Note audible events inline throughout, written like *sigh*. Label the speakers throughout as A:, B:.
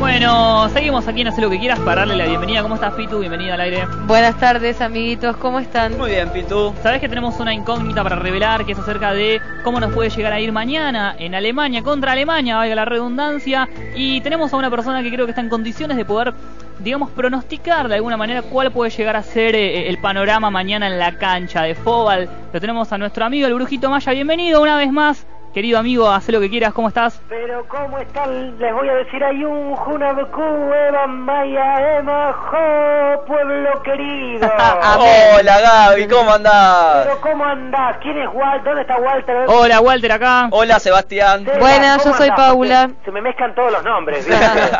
A: Bueno, seguimos aquí en Hacer lo que quieras para darle la bienvenida. ¿Cómo estás, Pitu? Bienvenida al aire.
B: Buenas tardes, amiguitos, ¿cómo están?
C: Muy bien, Pitu.
A: Sabés que tenemos una incógnita para revelar que es acerca de cómo nos puede llegar a ir mañana en Alemania contra Alemania, valga la redundancia. Y tenemos a una persona que creo que está en condiciones de poder, digamos, pronosticar de alguna manera cuál puede llegar a ser eh, el panorama mañana en la cancha de Fobal. Lo tenemos a nuestro amigo el Brujito Maya. Bienvenido una vez más. Querido amigo, haz lo que quieras, ¿cómo estás?
D: Pero ¿cómo están? Les voy a decir hay un Junabecu, Evan Maya, Emma, Jo,
B: *laughs*
D: pueblo querido.
C: Hola Gaby, ¿cómo andás?
D: Pero ¿cómo andás? ¿Quién es Walter? ¿Dónde está Walter?
A: Hola, Walter, acá.
C: Hola Sebastián.
D: Seba,
B: Buenas,
D: ¿cómo
B: Oh, yo soy
D: andás?
B: Paula.
D: Se me mezclan todos los nombres,
B: *laughs*
D: ¿viste?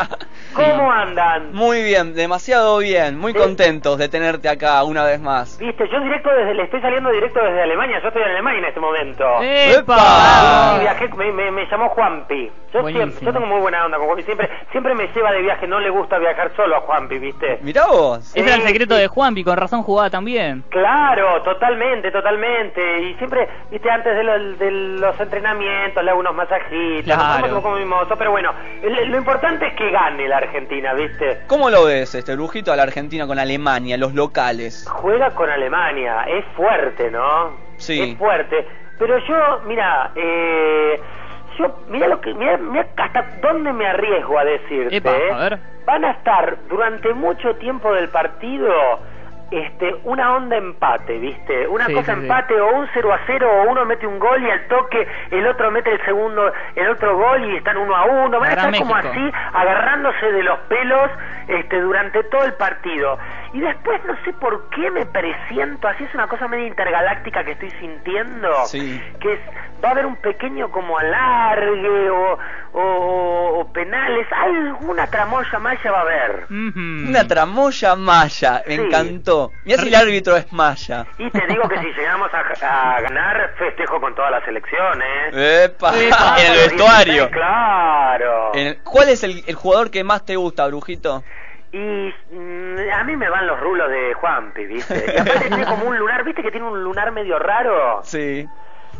D: ¿Cómo andan?
C: *laughs* Muy bien, demasiado bien, muy
D: Sí.
C: contentos de tenerte acá una vez más.
D: Viste, yo directo desde, le estoy saliendo directo desde Alemania, yo estoy en Alemania en este momento.
C: ¡Epa!
D: Ah, sí, viajé, me, me- me llamó Juanpi. Yo,
A: Buenísimo.
D: siempre, yo tengo muy buena onda con Juanpi, siempre, siempre me lleva de viaje, no le gusta viajar solo a Juanpi, ¿viste?
C: Mirá vos.
A: Ese era el
D: Sí,
A: secreto
D: sí.
A: de Juanpi, con razón jugaba también.
D: Claro, totalmente, totalmente. Y siempre, viste, antes de, lo- de los entrenamientos le hago unos masajitos,
A: Claro.
D: nos vamos como con mi mozo, pero bueno, el- lo importante es que gane la Argentina, viste.
C: ¿Cómo lo ves este brujito a la Argentina con Alemania, los locales?
D: Juega con Alemania, es fuerte, ¿no?
C: Sí.
D: Es fuerte. Pero yo, mira, eh, yo, mira lo que, mira, hasta dónde me arriesgo a decirte.
A: Epa,
D: ¿eh?
A: a ver.
D: Van a estar durante mucho tiempo del partido. Este, una onda empate, ¿viste? Una
A: Sí,
D: cosa
A: sí, sí.
D: empate o un 0 a 0 o uno mete un gol y al toque el otro mete el segundo, el otro gol y están uno a uno. Van a
A: Ahora
D: estar como
A: México.
D: así agarrándose de los pelos este, durante todo el partido. Y después no sé por qué me presiento, así es una cosa medio intergaláctica que estoy sintiendo,
C: Sí.
D: que es- va a haber un pequeño como alargue o, o- o penales, alguna tramoya maya va a haber.
A: Ujú.
C: Una tramoya maya, me
D: Sí.
C: encantó. Mirá si el árbitro es maya.
D: Y te digo que
C: *laughs*
D: si llegamos a, a ganar, festejo con toda la selección, ¿eh?
C: ¡Epa! *laughs*
A: Epa.
C: En el vestuario.
D: Claro.
C: En el- ¿Cuál es el, el jugador que más te gusta, brujito?
D: Y mm, a mí me van los rulos de Juanpi, ¿viste? Y aparte tiene como un lunar, ¿viste que tiene un lunar medio raro?
C: Sí.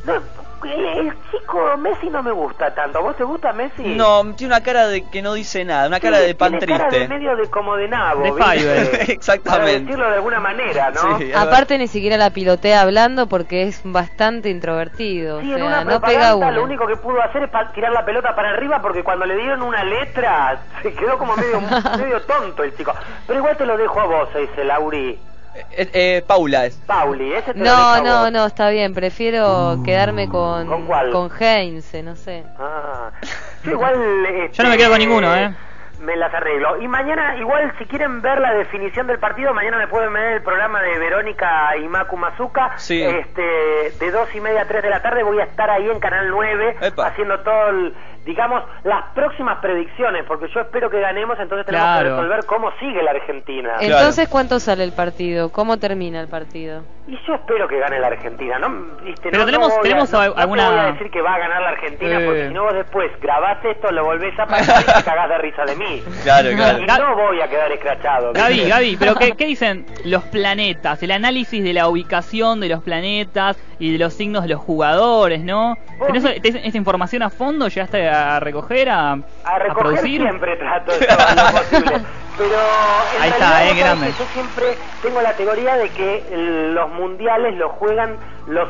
D: No, eh, el chico Messi no me gusta tanto. ¿Vos te gusta Messi?
C: No, tiene una cara de que no dice nada, una cara
D: Sí,
C: de pan
D: tiene cara de
C: triste.
D: medio de como de nabo.
A: De
D: ¿viste?
A: Fiverr.
D: Para
C: Exactamente.
D: decirlo de alguna manera, ¿no?
C: Sí, es
B: Aparte ni siquiera la pilotea hablando porque es bastante introvertido,
D: Sí,
B: o
D: en
B: sea,
D: una
B: no
D: propaganda
B: pega uno.
D: lo único que pudo hacer es pa- tirar la pelota para arriba porque cuando le dieron una letra *laughs* se quedó como medio, medio tonto el chico. Pero igual te lo dejo a vos, dice Lauri.
C: verdad. Eh, eh, Paula es.
D: Pauli, ese te lo dejo a
B: No, no,
D: vos.
B: no, está bien, prefiero quedarme con
D: ¿Con cuál?
B: Heinze, no sé.
A: *laughs*
D: Ah. Yo igual. este,
A: Yo no me quedo con ninguno, ¿eh?
D: Me las arreglo. Y mañana, igual, si quieren ver la definición del partido, mañana me pueden ver el programa de Verónica y Macu Mazuka.
C: Sí.
D: Este, de dos y media a tres de la tarde voy a estar ahí en Canal 9
C: Epa.
D: haciendo todo el- digamos, las próximas predicciones, porque yo espero que ganemos, entonces tenemos que
A: Claro.
D: resolver cómo sigue la Argentina.
C: Eh.
B: Entonces, ¿cuánto sale el partido? ¿Cómo termina el partido?
D: Y yo espero que gane la Argentina, ¿no? Viste,
A: Pero
D: no- no
A: tenemos-
D: voy a-
A: tenemos
D: no-
A: a-
D: no te
A: alguna-
D: voy a decir que va a ganar la Argentina,
A: Eh.
D: porque si no vos después grabás esto, lo volvés a pasar y te cagás de risa de mí.
C: Claro,
D: Y
C: claro.
D: no voy a quedar escrachado. ¿viste? *laughs*
A: Gaby, Gaby, pero qué, qué dicen los planetas? El análisis de la ubicación de los planetas y de los signos de los jugadores, ¿no? ¿Tenés
D: sí.
A: tenés esta información a fondo? ¿Llegaste a recoger, a,
D: A recoger
A: producir?
D: siempre
A: *laughs*
D: trato de todo lo posible. Pero en
A: Ahí está, eh,
D: realidad, vos sabés
A: grande.
D: que Yo siempre tengo la teoría de que eh, los mundiales los juegan los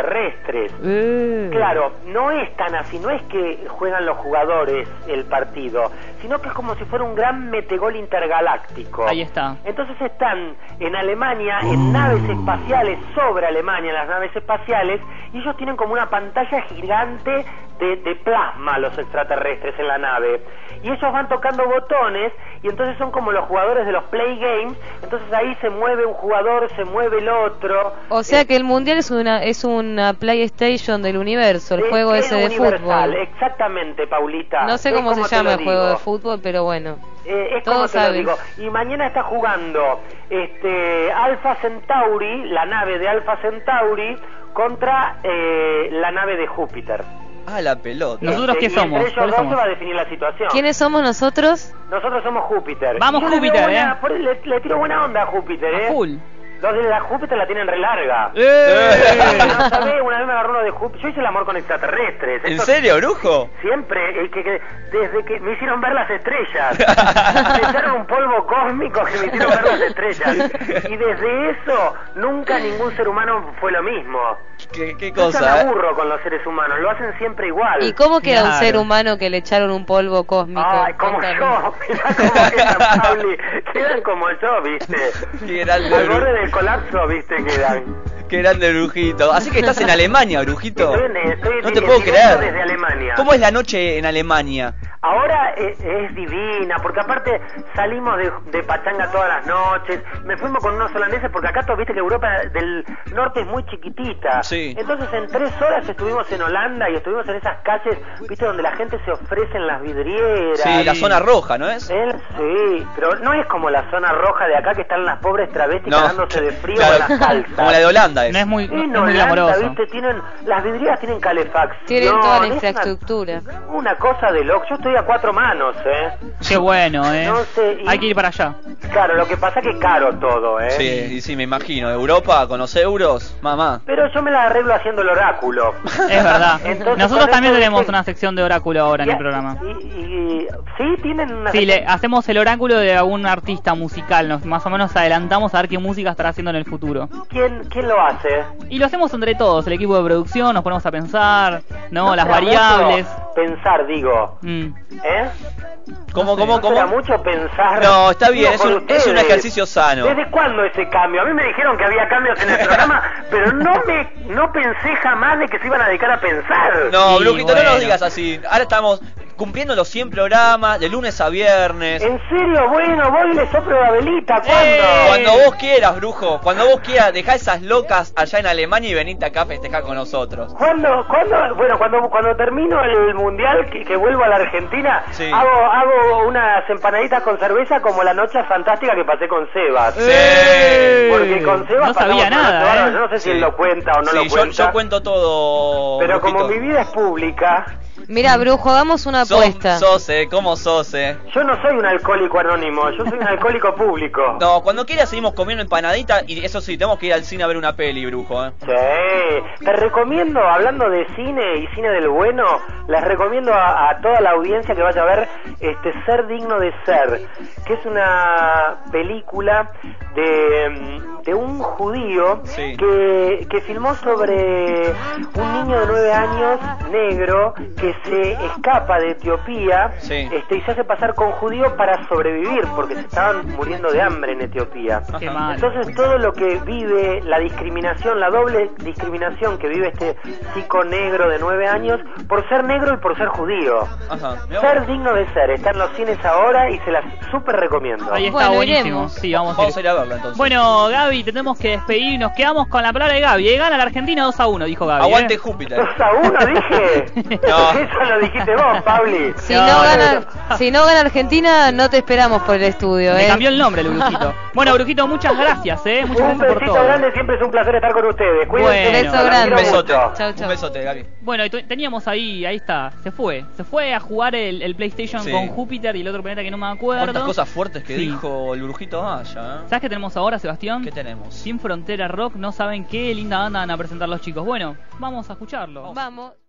D: extraterrestres.
A: Eh.
D: Claro, no es tan así, no es que juegan los jugadores el partido, sino que es como si fuera un gran metegol intergaláctico.
A: Ahí está.
D: Entonces están en Alemania, en naves espaciales, sobre Alemania, en las naves espaciales, y ellos tienen como una pantalla gigante de, de plasma los extraterrestres en la nave. Y ellos van tocando botones y entonces son como los jugadores de los play games. Entonces ahí se mueve un jugador, se mueve el otro. Eh,
B: O sea que el mundial es una es una PlayStation del universo, el
D: Eh,
B: juego
D: es
B: ese de
D: universal,
B: fútbol.
D: Exactamente, Paulita.
B: No sé
D: Es
B: cómo
D: como
B: se
D: te lo
B: llama el juego de
D: digo.
B: fútbol, pero bueno.
D: Eh, es
B: Todos
D: como te lo
B: saben.
D: digo. Y mañana está jugando este Alpha Centauri, la nave de Alpha Centauri, contra eh, la nave de Júpiter.
C: Ah, la pelota.
A: Nosotros-
C: *laughs*
D: Este,
A: qué
D: y
A: somos?
D: Entre ellos
A: ¿Cuáles
D: dos
A: somos?
D: se va a definir la situación.
B: ¿Quiénes somos nosotros?
D: Nosotros somos Júpiter.
A: Vamos,
D: Yo le
A: Júpiter,
D: tiro buena-
A: eh.
D: por- le, le tiro buena onda a Júpiter, ¿eh?
A: A full.
D: Los de la Júpiter la tienen re larga.
A: ¡Eh!
D: No sabés, una vez me agarró uno de Júpiter. Yo hice el amor con extraterrestres.
C: ¿En
D: Esto-
C: serio, brujo?
D: Siempre, eh, que, que- desde que me hicieron ver las
C: *laughs*
D: estrellas, me echaron un polvo cósmico que me hicieron ver las estrellas. Y desde eso, nunca ningún ser humano fue lo mismo.
C: ¿Qué, qué
D: Yo ya me
C: cosa? eh?
D: aburro con los seres humanos, lo hacen siempre igual.
B: ¿Y cómo queda un
C: Claro.
B: ser humano que le echaron un polvo cósmico?
D: Ay, como
B: Contanos.
D: yo, mirá cómo quedan, Pauli, quedan como yo,
C: *laughs*
D: viste.
C: Qué grande,
D: Al borde
C: bru-
D: del colapso, viste, quedan.
C: qué grande brujito. Así que estás en Alemania, brujito.
D: Estoy en- estoy
C: No te
D: en
C: puedo
D: directo
C: creer.
D: desde Alemania.
C: ¿Cómo es la noche en Alemania?
D: Ahora es, es divina, porque aparte salimos de, de pachanga todas las noches. Me fuimos con unos holandeses, porque acá tú viste que Europa del Norte es muy chiquitita.
C: Sí.
D: Entonces en tres horas estuvimos en Holanda y estuvimos en esas calles, viste, donde la gente se ofrece en las vidrieras.
C: Sí, la zona roja, ¿no es?
D: Él sí, pero no es como la zona roja de acá que están las pobres travestis cagándose de frío
C: claro,
D: en las calzas.
C: Como la de Holanda es.
A: No es muy,
D: En
A: no, no es muy
D: Holanda,
A: amoroso.
D: viste, tienen, las vidrieras tienen calefacción.
B: Tienen toda la
D: es una-
B: infraestructura.
D: una cosa de loco. Yo estoy a cuatro manos, ¿eh?
A: Qué bueno, ¿eh?
D: No sé, y-
A: Hay que ir para allá.
D: Claro, lo que pasa que es caro todo, ¿eh?
C: Sí, y sí, me imagino. Europa con los euros, mamá.
D: Pero yo me la arreglo haciendo el oráculo.
A: Es verdad.
D: *laughs* Entonces,
A: Nosotros
D: con
A: también
D: esto,
A: tenemos
D: ¿viste?
A: una sección de oráculo ahora en
D: Y-
A: el programa.
D: Y, y- sí, tienen una...
A: Sí, le hacemos el oráculo de algún artista musical, nos más o menos adelantamos a ver qué música estará haciendo en el futuro.
D: ¿Quién, ¿Quién lo hace?
A: Y lo hacemos entre todos, el equipo de producción, nos ponemos a pensar, ¿no? Las
D: será
A: variables.
D: mucho Pensar, digo.
A: Mm.
D: ¿Eh?
C: ¿Cómo,
D: ¿No
C: cómo,
D: será
C: cómo?
D: mucho pensar?
C: No, está bien,
D: Digo,
C: es
D: por
C: un- es un
D: ustedes.
C: ejercicio sano.
D: ¿Desde cuándo ese cambio? A mí me dijeron que había cambios
C: *laughs*
D: en el programa, pero no me no pensé jamás de que se iban a dedicar a pensar.
C: No,
A: Sí,
C: brujito, no
A: bueno.
C: nos digas así. Ahora estamos cumpliendo los 100 programas de lunes a viernes.
D: En serio, bueno, voy y le soplo la velita, ¿cuándo?
A: ¡Eh!
C: Cuando vos quieras, brujo. Cuando vos quieras, dejá esas locas allá en Alemania y venite acá a festejar con nosotros.
D: ¿Cuándo, cuándo, bueno, cuando, cuando termino el mundial, que, que vuelvo a la Argentina,
C: Sí.
D: hago, hago unas empanaditas con cerveza como la noche fantástica que pasé con Sebas.
C: Sí.
D: Porque con Sebas
A: No sabía
D: pasamos unas
A: nada,
D: horas,
A: ¿eh?
D: Yo no sé si
C: Sí.
D: él lo cuenta o no
C: Sí,
D: lo
C: yo-
D: cuenta.
C: Yo, cuento todo.
D: Pero como mi
C: brujito.
D: vida es pública,
B: Mira, brujo, hagamos una
C: Sos-
B: apuesta.
C: Sos, eh, ¿cómo sos, eh?
D: yo no soy un alcohólico anónimo, yo soy un alcohólico
C: *laughs*
D: público.
C: No, cuando quieras seguimos comiendo empanadita y eso sí, tenemos que ir al cine a ver una peli, brujo, eh.
D: Sí, te recomiendo, hablando de cine y cine del bueno, les recomiendo a, a toda la audiencia que vaya a ver este Ser Digno de Ser, que es una película de, mm, de un judío
C: Sí.
D: que, que filmó sobre un niño de nueve años negro que se escapa de Etiopía
C: Sí.
D: este, y se hace pasar con judío para sobrevivir, porque se estaban muriendo de hambre en Etiopía.
A: Qué
C: Ajá.
A: mal.
D: Entonces todo lo que vive la discriminación, la doble discriminación que vive este chico negro de nueve años por ser negro y por ser judío.
C: Ajá. mirá vos.
D: Ser digno de ser, está en los cines ahora y se las súper recomiendo.
A: Ahí está,
B: Bueno,
A: buenísimo.
B: iremos.
A: Sí, vamos,
C: Vamos
A: a
C: a
A: ir.
C: ir a verla entonces.
A: Bueno, Gaby, tenemos que despedir, nos quedamos con la palabra de Gaby. ¿eh? Gana la Argentina 2 a 1, dijo Gaby. ¿eh?
C: Aguante Júpiter.
D: 2 a 1
A: *laughs*
D: dije.
C: No.
D: Eso lo dijiste vos, Pauli.
B: Si
A: No,
B: no,
A: no,
B: gana,
A: no.
B: si no gana Argentina, no te esperamos por el estudio,
A: Me
B: ¿eh?
A: cambió el nombre, el Brujito. Bueno, Brujito, muchas gracias, ¿eh? Muchas
D: Un
A: gracias por
D: besito
A: todo.
D: grande, siempre es un placer estar con ustedes. Cuídense.
A: Bueno. Beso
D: los
B: grande.
C: Un
D: quiero
C: besote.
D: mucho.
B: Chau, chau.
C: Un besote, Gaby.
A: Bueno, y tu- teníamos ahí, ahí está, se fue. Se fue a jugar el, el PlayStation
C: Sí.
A: con Júpiter y el otro planeta que no me acuerdo.
C: ¿Cuántas cosas fuertes que
A: Sí.
C: dijo el brujito Maya? eh?
A: ¿Sabes qué tenemos ahora, Sebastián?
C: ¿Qué tenemos?
A: Sin Frontera Rock, no saben qué linda banda van a presentar los chicos. Bueno, vamos a escucharlo.
B: Vamos.